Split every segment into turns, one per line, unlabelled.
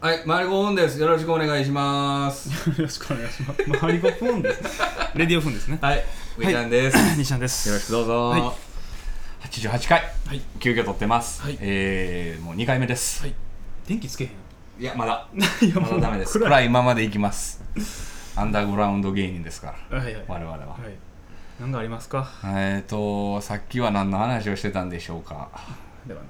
はい、マリコオンです。よろしくお願いします。
よろしくお願いします。マリバフォンです。レディオフォンですね。
はい、ウィちゃんです。
西野です。
よろしくどうぞ。
は
88回、
はい
急遽撮ってます、
はい
えー、もう2回目です、
はい電気つけへん。
い、やまだ
いや
まだダメです
暗
暗
い
いままでいきますアンダーグラウンド芸人ですから
はいはい。は
我々は、
い。何かありますか。
えーとさっきは何の話をしてたんでしょうか
では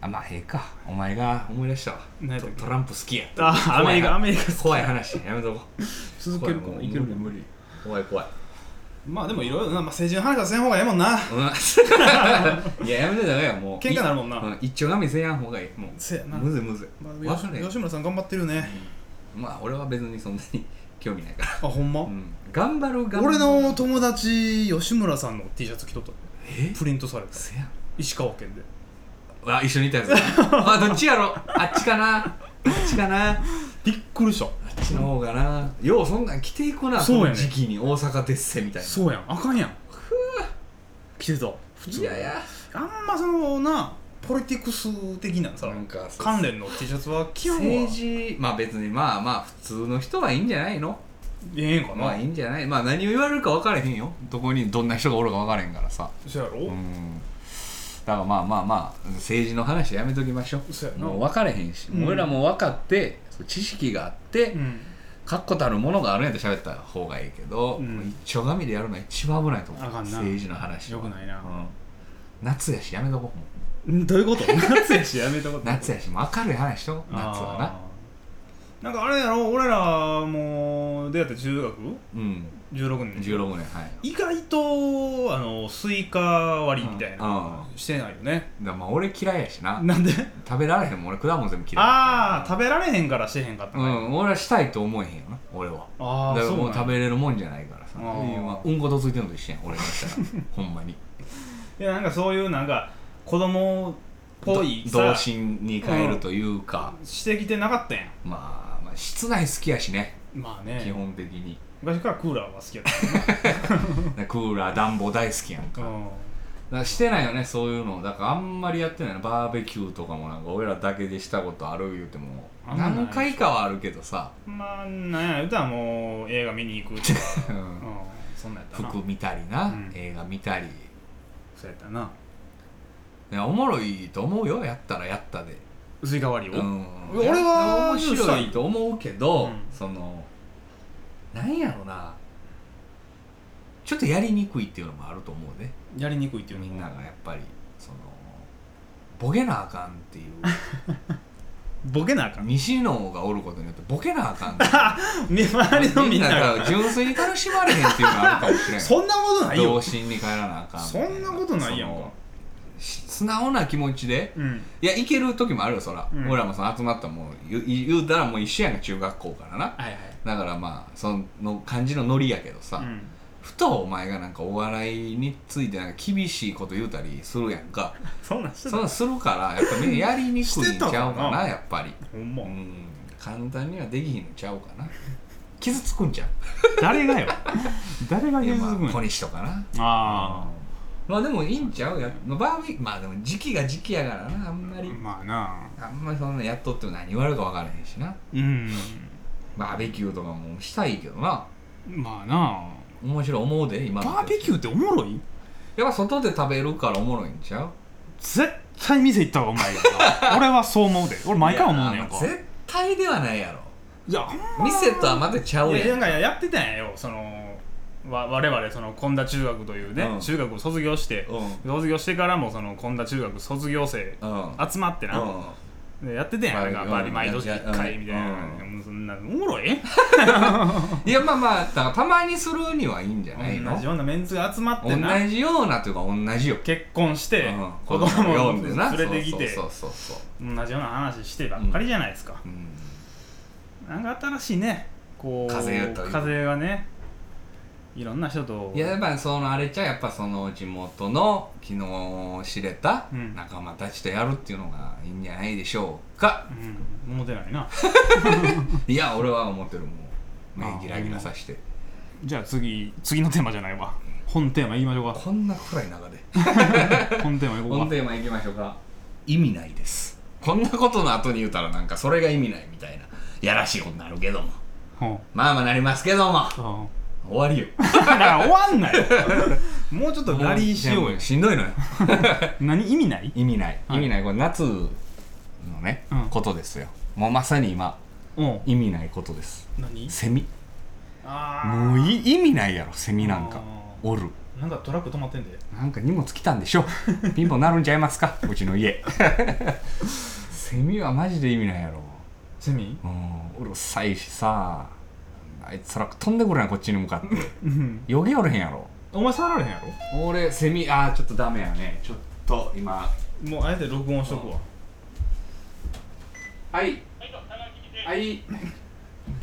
あまあええかお前が思い出したわ
何やっ
ト
たっけ
トランプ好きや
な。あ、アメリカ、ア
怖い
メリカ。
怖い話やめとこう
続けるか
怖
な。
い
いけるかな。無理。
怖い怖い
まあでもいろいろな、まあ政治の話はせん方がええもん
う
な。
ん いややめてだめよもう
喧嘩なるもんな
う一丁紙せやんほうがいいもう
せやな
むずいむずい、
まあ
わか
で
れ
も吉村さん頑張ってるね。
まあ俺は別にそんなに興味ないから
あ、ほんま。
頑張る頑張る
俺の友達吉村さんの T シャツ着とった。
え
プリントされた。
せや
石川県で。
あ一緒にいたやつあどっちやろあっちかなあっちかなあっ
びっくりした。
ちの方がなようそんなん着ていこな
そうや
この
ね
時期に大阪鉄線みたいな
そうやん。あかんやん。着てた。普通
い。やいや
あんまそのなポリティクス的なさ
なんかそう
関連の T シャツは基本は
政治まあ別にまあまあ普通の人はいいんじゃないの
ええんか
まあ
ない
いんじゃないまあ何を言われるか分からへんよどこにどんな人がおるか分からへんからさ
そやろ、
うんだからまあまあまあ政治の話やめときましょ
そうや
う
な
もう分かれへんし、
うん
俺らも分かってそう知識があって、
うん
確固たるものがあるんやと喋った方がいいけど、
うん
一丁紙でやるのは一番危ないと思う
あかんな
政治の話は
よくないな
うん夏やしやめとこうも
んどうい うこと夏やしやめたこ
う夏やしもう明るい話しとこう夏はな
ななんかあれやろ俺らもう出会って中学
うん
16年
16年はい
意外とあのスイカ割りみたいな
う
してないよね
だからまあ俺嫌いやしな
なんで
食べられへんもん俺果物全部嫌い
ああ食べられへんからしてへんかった
う
のね
ん俺はしたいと思えへんよな俺はだ
ああ
から
そう
もう
なん
食
や
べれるもんじゃないからさ
あー
今うんことついてんのと一緒やん俺が したらほんまに
いやなんかそういうなんか子供っぽい
ど
さ
童心に変えるというか、
してきてなかったやん
まあまあ室内好きやしね
まあね
基本的に
昔からクーラーは好きやっ
だからクーラー暖房大好きやんか
たうん
だからしてないよねそういうのだからあんまりやってないのバーベキューとかもなんか俺らだけでしたことある言うても
あんまない
何回かはあるけどさ
まあなんや言うたらもう映画見に行く とか、
う
うんん、そんなんやったな
服見たりな、
うん
映画見たり
そうやったな
ねおもろいと思うよやったらやったで、
スイカ割り
う
を、
ん、
俺は
面白いと思うけど、
うん
そのなんやろなちょっとやりにくいっていうのもあると思うね
やりにくいっていうの
みんながやっぱりそのボケなあかんって いう
ボケなあかん
西野がおることによってボケなあ かんって
見周りの
み
み
ん
ん
な
なが
が純粋に楽しまれへんっていうのがあるかもしれん
そんなことないよ
童心に帰らなあかんみた
そ
い
んなことないやん
そ
か
のし素直な気持ちで
うん
いやいける時もあるよそら、
うん
俺らもその集まったらもう言う言うたらもう一緒やんか中学校からな
はいはい
だからまあその感じのノリやけどさ、
うん、
ふとお前がなんかお笑いについてなんか厳しいこと言うたりするやんか
そんなんして
そ
た
のするからやっぱみんなやりにくいんちゃう
してた
か
かな
なやっぱり
ほんま
うん簡単にはできひんのちゃうかな傷つくんちゃう
誰がよ 誰が
い
言
や
う
まあ
ん
小西とかな
あ
まあでもいいんちゃうやまあバーベキューまあでも時期が時期やからなあんま
あ
り
まあな
あんまりそんなやっとっても何言われるか分からへんしな
うん
バーベキューとかもしたいけどな
まあな
面白い思うで今
バーベ
ュ
キューっておもろい
ーやっぱ外で食べるからおもろいんちゃう
絶対店行った方がうまいよな 俺はそう思うで俺毎回思うねん
いや
か
まあ絶対ではないやろ
いやほんま
店とはまたちゃう
いや
や
なん
ん
かやってたんやよそのわ我々その今田中学というね、
うん
中学を卒業して、
うん
卒業してからもその今田中学卒業生
うん
集まってな、でやってたんや
まあ
なんかバリ
うん
毎年1回みたいな、
うん
もうそんなおもろい
いやまあまあだからたまにするにはいいんじゃないの
同じようなメンツが集まって
同
な
じようなというか同じよ
結婚して、
うん
子供
呼んでな
も連れてきて
そうそうそうそう
同じような話してばっかりじゃないですか、
うん
なんか新しいねこう
風というか
風がねいろんな人と
いややっぱそのあれちゃうやっぱその地元の昨日知れた
うん
仲間たちとやるっていうのがいいんじゃないでしょうか
う、ん思ってないない
や俺は思ってるもう目
あー
ギラギラさして
じゃあ次次のテーマじゃないわ本テーマ言いましょう
こんな暗い中で
か本テーマいこう
本
か
テーマいきましょうか意味ないですこんなことの後に言うたらなんかそれが意味ないみたいなやらしいことになるけども
うん
まあまあなりますけども
うん
終わりよ
だから終わんない
もうちょっとラリーしようよ
しんどいのよ
何意味ない
意味ない、
はい
意味ないこれ夏のね、
うん
ことですよもうまさに今
うん
意味ないことです
何
セミ
あ
もうい意味ないやろセミなんか
あ
おる
ーなんかトラック止まってんで
なんか荷物来たんでしょピンポンなるんちゃいますかうちの家セミはマジで意味ないやろ
セミ
うんうるさいしさあいつら飛んでくるやんこっちに向 かって
うん
よげおれへんやろ
お前触られへんや
俺セミあーちょっとダメやねちょっと今
ろもうあえて録音しとくわ
はいはい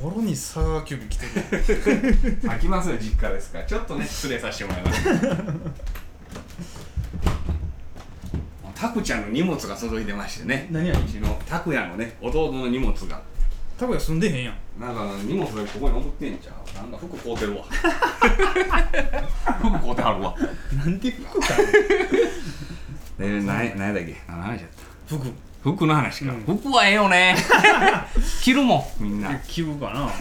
ボロにサーキューブ来て る
飽きますよ実家ですからちょっとね失礼させてもらいます タクちゃんの荷物が届いてましてね
何や
うちのタクヤのね弟の荷物が
タコヤ住んでへんやん
なんか荷物がここに送ってんじゃんなんか服買うてるわ 服買うてはるわ
なんで服か
えー、な何やだっけ何の話やった
服
服の話か、
うん
服はええよ ね着るもんみんな
着るか な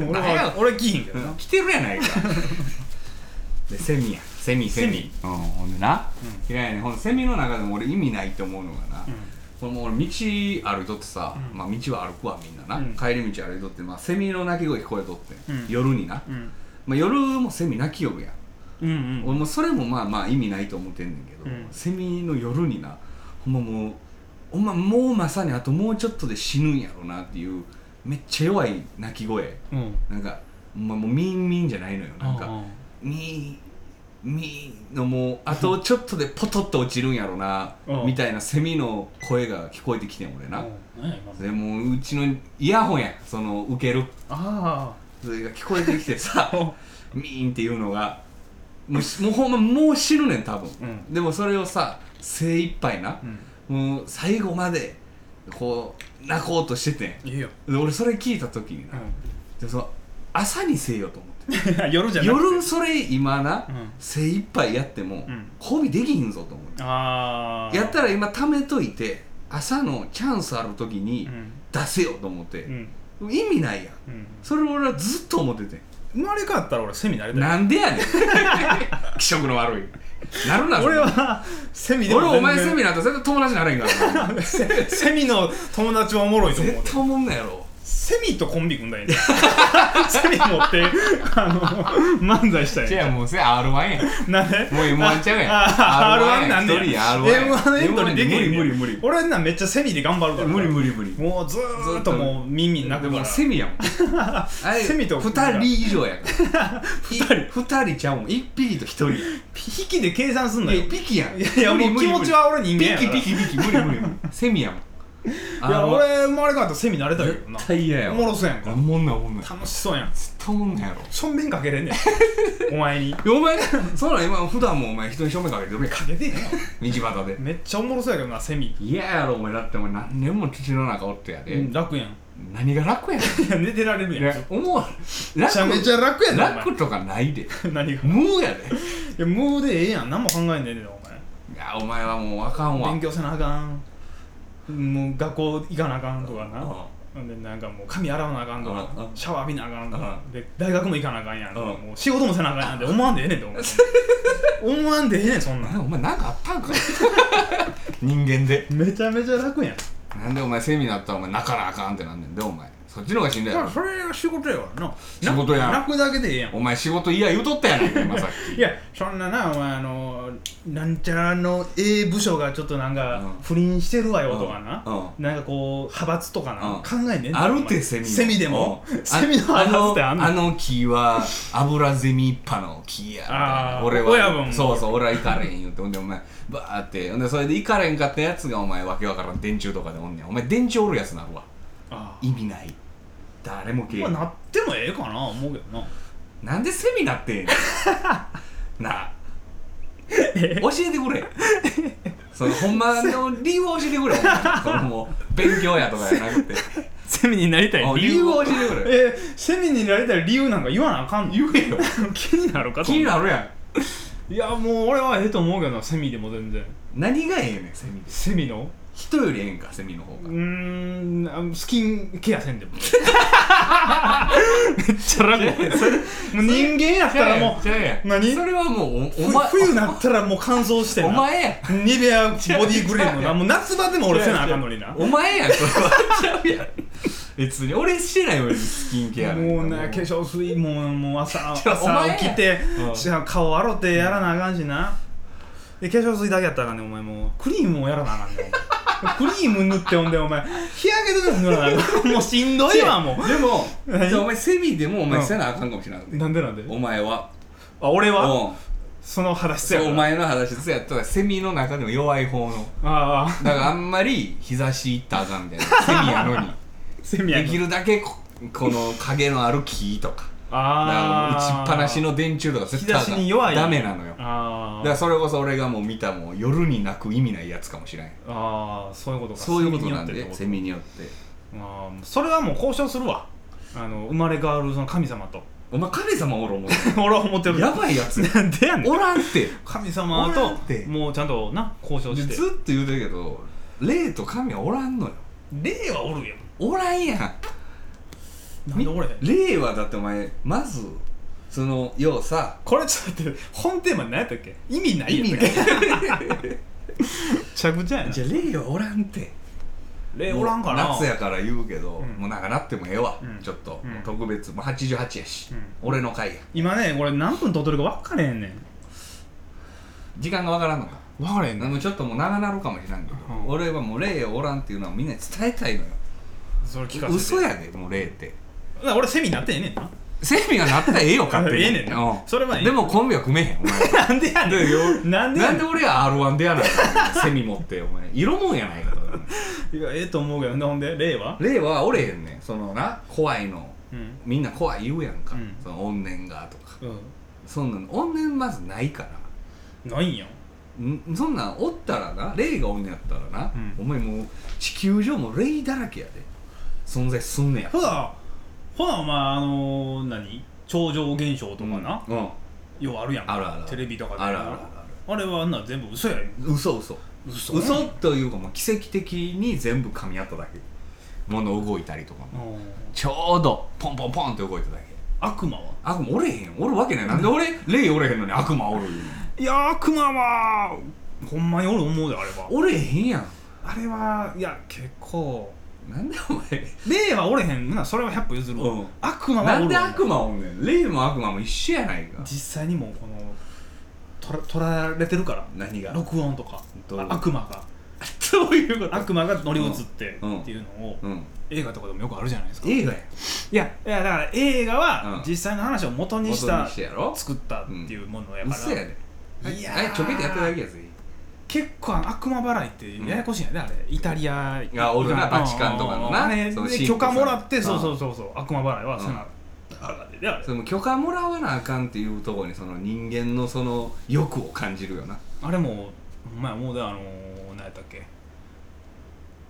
俺
何
は
や
俺は着ひんけどな
着てるやないかでセミやセミセミうんほんでな、嫌いやねほんでセミの中でも俺意味ないと思うのがな、これもう俺道歩いとってさ、
うん
まあ道は歩くわみんなな、
うん
帰り道歩いとって、まあ、セミの鳴き声聞こえとって、
うん
夜にな、
うん
まあ、夜もセミ鳴きよるやん
うんうん
俺もそれもまあまあ意味ないと思ってんねんけど、
うん
セミの夜になほんまもうほんまもうまさにあともうちょっとで死ぬんやろなっていうめっちゃ弱い鳴き声
うん
なんかほんまもうミンミンじゃないのよなん
あ
か
ー
ミーミーのもうあとちょっとでポトッと落ちるんやろな
うん
みたいなセミの声が聞こえてきてん俺な
うん何や今の
でもううちのイヤホンやその受ける
あ
それが聞こえてきてさ
あ
ミーンっていうのがもうしもうほんまもう死ぬねん多分、
う
でもそれをさ精一杯な
う、ん
もう最後までこう泣こうとしててん
いいよ
で俺それ聞いた時にな、
う
でその朝にせよと思って
ん 夜じゃなくて
夜それ今な、
うん
精一杯やっても、
うん
交尾できひんぞと思って
ああ
やったら今貯めといて朝のチャンスある時に
うん
出せよと思って
う、ん
意味ないやん
うん
それ俺はずっと思っててん
生まれ変わったら俺セミになりたい
なんでやねん 気色の悪いなるなそれ
俺はセミでも
俺お前
全
セ
然
ミなんて絶対友達になれへんから な
セミの友達はおもろいと思う
絶対思んなやろ
セミとコンビ組んだらいいんだよセミ持ってあの漫才したいんだよ
もうせ R1 やん
なんで
もう M1 ちゃうや ん
あ
R1
R1 なんで
一人や R1
M1 エントリーできへんねん
無理無理無理
俺なんめっちゃセミで頑張るから
無理無理無理
もうずーっともう耳な
で
くか
も
ら
セミや もんあれ
セミと
2人以上やから 2人2人ちゃうもん1匹と1人や
引きで計算すん
ん
だ
い
よ
やピキやん
いやいや
無理
もう
無理
気持ちは俺人
無
間
理
や
ピ
か
キ
ら
ピキピキ無理無理無理セミやもん
いや
R1
俺生まれ変わったらセミ慣れたけどな
絶対嫌や
お
わ
もろそうやんか
おもんないおもんない
楽しそうやん
絶対おもんないやろ
しょんべんかけれんね んお前にか
いやお前、そうなん今、普段もお前人に正面かけてるやんか。
けてへんやん
道端で。
めっちゃおもろそうやけどなセミ
嫌やろ、お前。だってお前何年も土の中おってやで。
うん楽やん
何が楽やね
いや寝てられる
ん。い
やん
や、思わん。楽
めちゃめちゃ楽やなお前
楽とかないで。
何が
無やで。
いやもうでええやん何も考えんでええねんお
いや、お前はもうあかん
前
わ
勉。強せなあかんもう学校行かなあかんとかな
う
でなんかもう髪洗わなあかんとか
うんうん
シャワー浴びなあかんとか
う
で大学も行かなあかんやんとか
うん
もう仕事もせなあかんやんって思わんでええねん って思う思わんでええねんそんなん
んなんお前なんかあったんか人間で。
めちゃめちゃ楽やん
なんでお前セミだったらお前泣かなあかんってなんねんで、お前。そっちの方がしんどいやろ。
それが仕事やからな
仕事やん
楽だけでええやん
お前仕事嫌言うとったやないか、今さっき。
いやそんななお前あのなんちゃらの A 部署がちょっとなんか
うん
不倫してるわよとかな、
うんうん
なんかこう派閥とかな、
うん
考えねえんだ
あ
よ
るっ
お前
てセミ
セミでも
うん
セミの派閥ってあんの
あのあの木は油ゼミ一派の木やみたいな
あー
俺は
親分
そうそう俺は行かれへんよってほんでお前バーってほんでそれで行かれんかったやつがお前わけわからん電柱とかでおんねんお前電柱おるやつなるわ
あ
意味ない誰もけえへ
まあ
ん
なってもええかな思うけどな
なんでセミな ってんねんなあ教えてくれそのほんまの理由を教えてくれお前そのもう勉強やとかじゃなく て
セミになりた
お理由を教えてくれ
えーセミになりたい理由なんか言わなあかんの
言えよ
気になるかと
気
思う
になるやん
いやもう俺はええと思うけどなセミでも全然
何がええねんセミで
セミの
人よりええんかセミの方
う
が
ーんあのスキンケアせんでも めっちゃ楽もう人間やったらもう
じゃあや
何
それはもうおお
ふ
前
冬なったらもう乾燥して
お
な
前や
ニベアボディクリームなもう夏場でも俺せなあかんのにな
お前やんそれはちゃうやん別に俺してないよスキンケアなんか
もうな化粧水もも う朝
ちょお前
朝起きて
うん
し顔洗ってやらなあかんしなで化粧水だけやったらあかんねんお前もうクリームもやらなあかんね んお前クリーム塗ってほんでお前日焼け止め塗らなあか んもうしんどいわも
でも
何
じゃあお前セミでもお前
うん
せなあかんかもしれないう
なんでなんで
お前は
あ俺は
うん
その肌質
そ
やか
う
ら
お前の話ずつやったらセミの中でも弱い方の
ああ
だからあんまり日差しいったらあかんみたいな セミやのに
セミや
できるだけここの影のある木とかだからもう
あ
打ち
あ
っぱなしの電柱とか絶対あかん
日差しに弱い
ダメなのよだか
あ
ら
ー
それこそ俺がもう見たもう夜に泣く意味ないやつかもしれん
あーそういうことか
そういうことなん
セミによ
で
って
セミによって
あーそれはもう交渉するわあの生まれ変わるその神様と
お前神様おる思う
俺は思って る
やばいやつ
なんでやねん
おらん って
神様
おらんって
ともうちゃんとな交渉
ずっ
して
と言うてるけど霊と神はおらんのよ
霊はおるや
おらんやん
んなんでおれへん
霊はだってお前まずその要はさ
これちょっと待って本テーマ何やったっけ意味ないやん
意味ない
めちゃくちゃやな
じゃあ霊はおらんて
霊おらんかな
もう夏やから言うけど、
うん
もうなんかなってもええわ、
うん
ちょっと、
うん
特別もう88やし、
うん
俺の回や
今ねこれ何分撮ってるか分かれへんね
時間がわからんのか
ん分かれへ
でもちょっともう長なるかもしれんけど、
うん
俺はもう霊おらんっていうのはみんなに伝えたいのよ
それ聞かせて
嘘やでもう霊って
だから俺セミになってへんねんな
セミがなったらええよ勝手に
ええねんな
うん
それはええ
でもコンビは組めへんお前
なんでやねん なんでや
なん
ねん
で俺は R1 でやないかセミ持ってお前色もんやないかと
いやええと思うけどほんで霊は
霊はおれへんねんそのな怖いの
うん
みんな怖い言うやんか、
うん
その怨念がとか
う
そんなの怨念まずないから
んないんやん
んそんなんおったらな霊がおんねやったらな、
うん
お前もう地球上も霊だらけやで存在すんねや
ほらほらお前あのー、何超常現象とかな、
うん、うん
ようあるやんか
あるある
テレビとかで
あるあるある
あれはあんな全部嘘やん
嘘嘘
嘘
嘘というかもう奇跡的に全部噛み合っただけ物動いたりとかもちょうどポンポンポンって動いただけ
悪魔は
悪魔おれへんおるわけないなんで俺霊おれへんのに悪魔おる
いや悪魔はほんまに俺思うであれは
おれへんやん
あれはいや結構
なんでお前
霊はおれへんなそれは100歩譲るわ、
うん
悪魔はお
な
る
んで
わ
悪魔おんねん霊も悪魔も一緒やないか
実際にもうこのとら取られてるから
何が
録音とか
どういうこと
悪魔 が
そういうこ
悪魔が乗り移って、
うん
っていうのを、
うん
映画とかでもよくあるじゃないですか
映画や
いやいやだから映画
うん
は実際の話を元にした、
元にしてやろ
作ったっていうものやから、
嘘やで
いやー
あれちょけてやっただけやぜ
結構あの悪魔払いってややこしいんやね、あれイタリア
あおるなバチカンとかのな
あれで
その神父さん
許可もらってそううんそうそうそう悪魔払いは
うん
そんなあれであれ
それも許可もらわなあかんっていうところにその人間のその欲を感じるよな
あれもお前もうだあのー、何やったっけ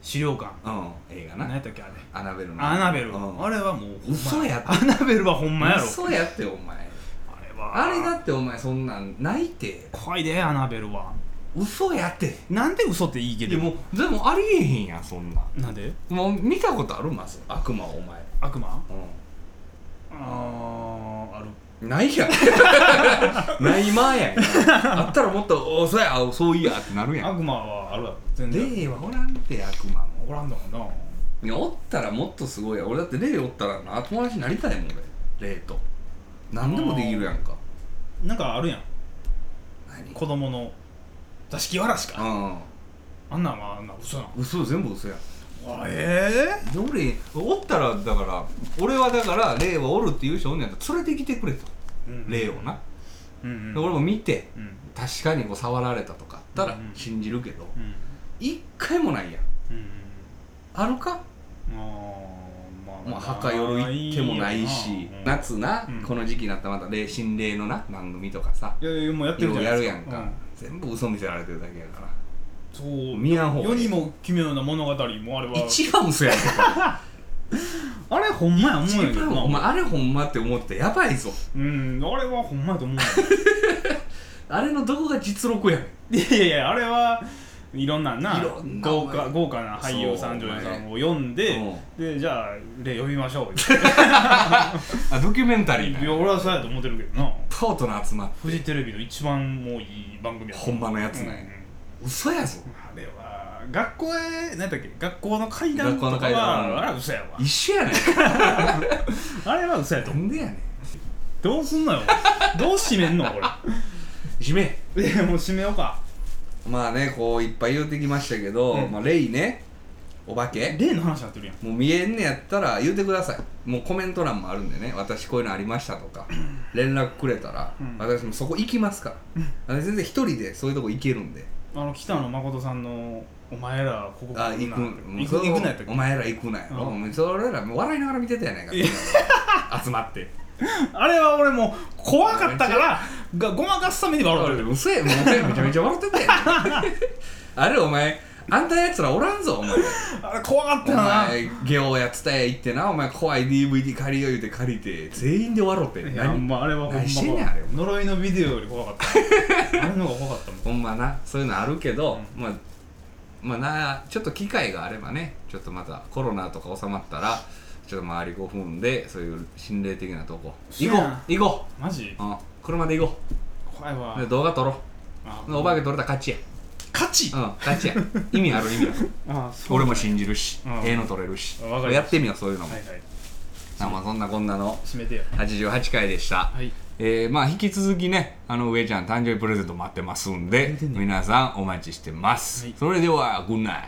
資料館
うん映画
何や
な
ったっけあれ
アナベルの
アナベル、
うん
あれはもうほんま
嘘や
アナベルはほんまやろ
嘘やってお前
あれは
あれだってお前そんなん泣いて
怖いでアナベルは
嘘やって
なんで嘘って言いけ
で
ど
もでもありえへんやんそんなん
なんで
もう見たことあるまず悪魔お前
悪魔あーある
うんない やんないまんやんあったらもっとおそうやおそういやってなるやん
悪魔はあるやろ全然
霊はおらんて悪魔も
おらんのかない
やおったらもっとすごいやん俺だって霊おったらな友達になりたいもん俺霊と何でもできるやんか
なんかあるやん
何
子供の座敷わらしか
う
あんなんはあんな嘘なん
ん嘘全部嘘やん
え
で俺おったらだから俺はだから霊はおるっていう人おんねやったら連れてきてくれと
えー
霊をな、
うんうん
で俺も見て
うん
確かにこう触られたとかあったら
うんうん
信じるけど
うん
一、回もないやん
うん
あるか
あー
ま
ま
あ、
あ
墓夜行ってもないし
うん
夏な、
うん
この時期になったらまた霊心霊のな番組とかさ
いやいやもうやって
い
る
ろい
じゃ
ろ
な
や
い
る
です
や
か
んか、全部嘘見せられてるだけやから
うん
見やんほ
そう
うが
世
い
に
い
も奇妙な物語もあれは
一番嘘やんか
あれほんまや思
一
うんやけど
番
な
お前あれほんまって思ってたらやばいぞ
うんあれはほんまやと思うんや
あれのどこが実録やねん
いやいやいやあれはいろんなんない
ろんな
豪
お
華
前
豪華な俳優さん
そ
女
う
優さんを呼んで、でじゃあ例呼びましょう言って
あドキュメンタリー
いや
な
俺はそうやと思ってるけどな
パートナー集まって
フジテレビの一番もういい番組やった
ほんまのやつ
うんうん
ね、嘘やぞ
あれは学校へ何だっけ学校の階段
学
とか
校の階段
はあれは嘘やわ
一緒やね
あれは嘘やと
んな
思うん
でやねん
どうすんのよどう締めんのこ
締め
れ いやもう締めようか
まあねこういっぱい言うてきましたけど、
うん
まあ、レイねお化け
例の話になってるやん
もう見えんねやったら言うてくださいもうコメント欄もあるんでね私こういうのありましたとか連絡くれたら、
うん
私もそこ行きますから、私全然一人でそういうとこ行けるんで
あの北野誠さんの「お前らここ
あ
来る
行
な
くもう
行
そ
く
れ
行くなやったっ
お前ら行くなやろ、
う
お前それらもう笑いながら見てたやないか
いや
集まって
けあれは俺もう怖かったからがごまかすために笑うてる
うそやもう俺めちゃめちゃ笑ってたや んあれお前あんたやつらおらんぞお前
あれ怖かっ
お
たな
前ゲオやつたや行ってなお前怖い DVD 借りよう言うて借りて全員で笑って
いやほんまあれはほんま
何してんね
怖
んあ
か
れ
った呪いのビデオより怖かった あれの方が怖かったもん
ほんまなそういうのあるけど、まあまあなちょっと機会があればねちょっとまたコロナとか収まったらちょっと周り5分でそういう心霊的なとこ
そう
行
や
こ
な
う行こ
マジ
う、うん、車で行こ
怖いうわ
で動画撮ろ
あ
うでお化け撮れたら勝ちや
勝ち
うん勝ちや意味ある意味ある
あそう
俺も信じるし
うん
ええの撮れるし
わかりました
やってみようそういうのも、
はいはい
あまあそんなこんなの
締めてよ
88回でした、
はい
えーまあ引き続きねあの上ちゃん誕生日プレゼント待ってますんで皆さんお待ちしてます、
はい
それではグッナイ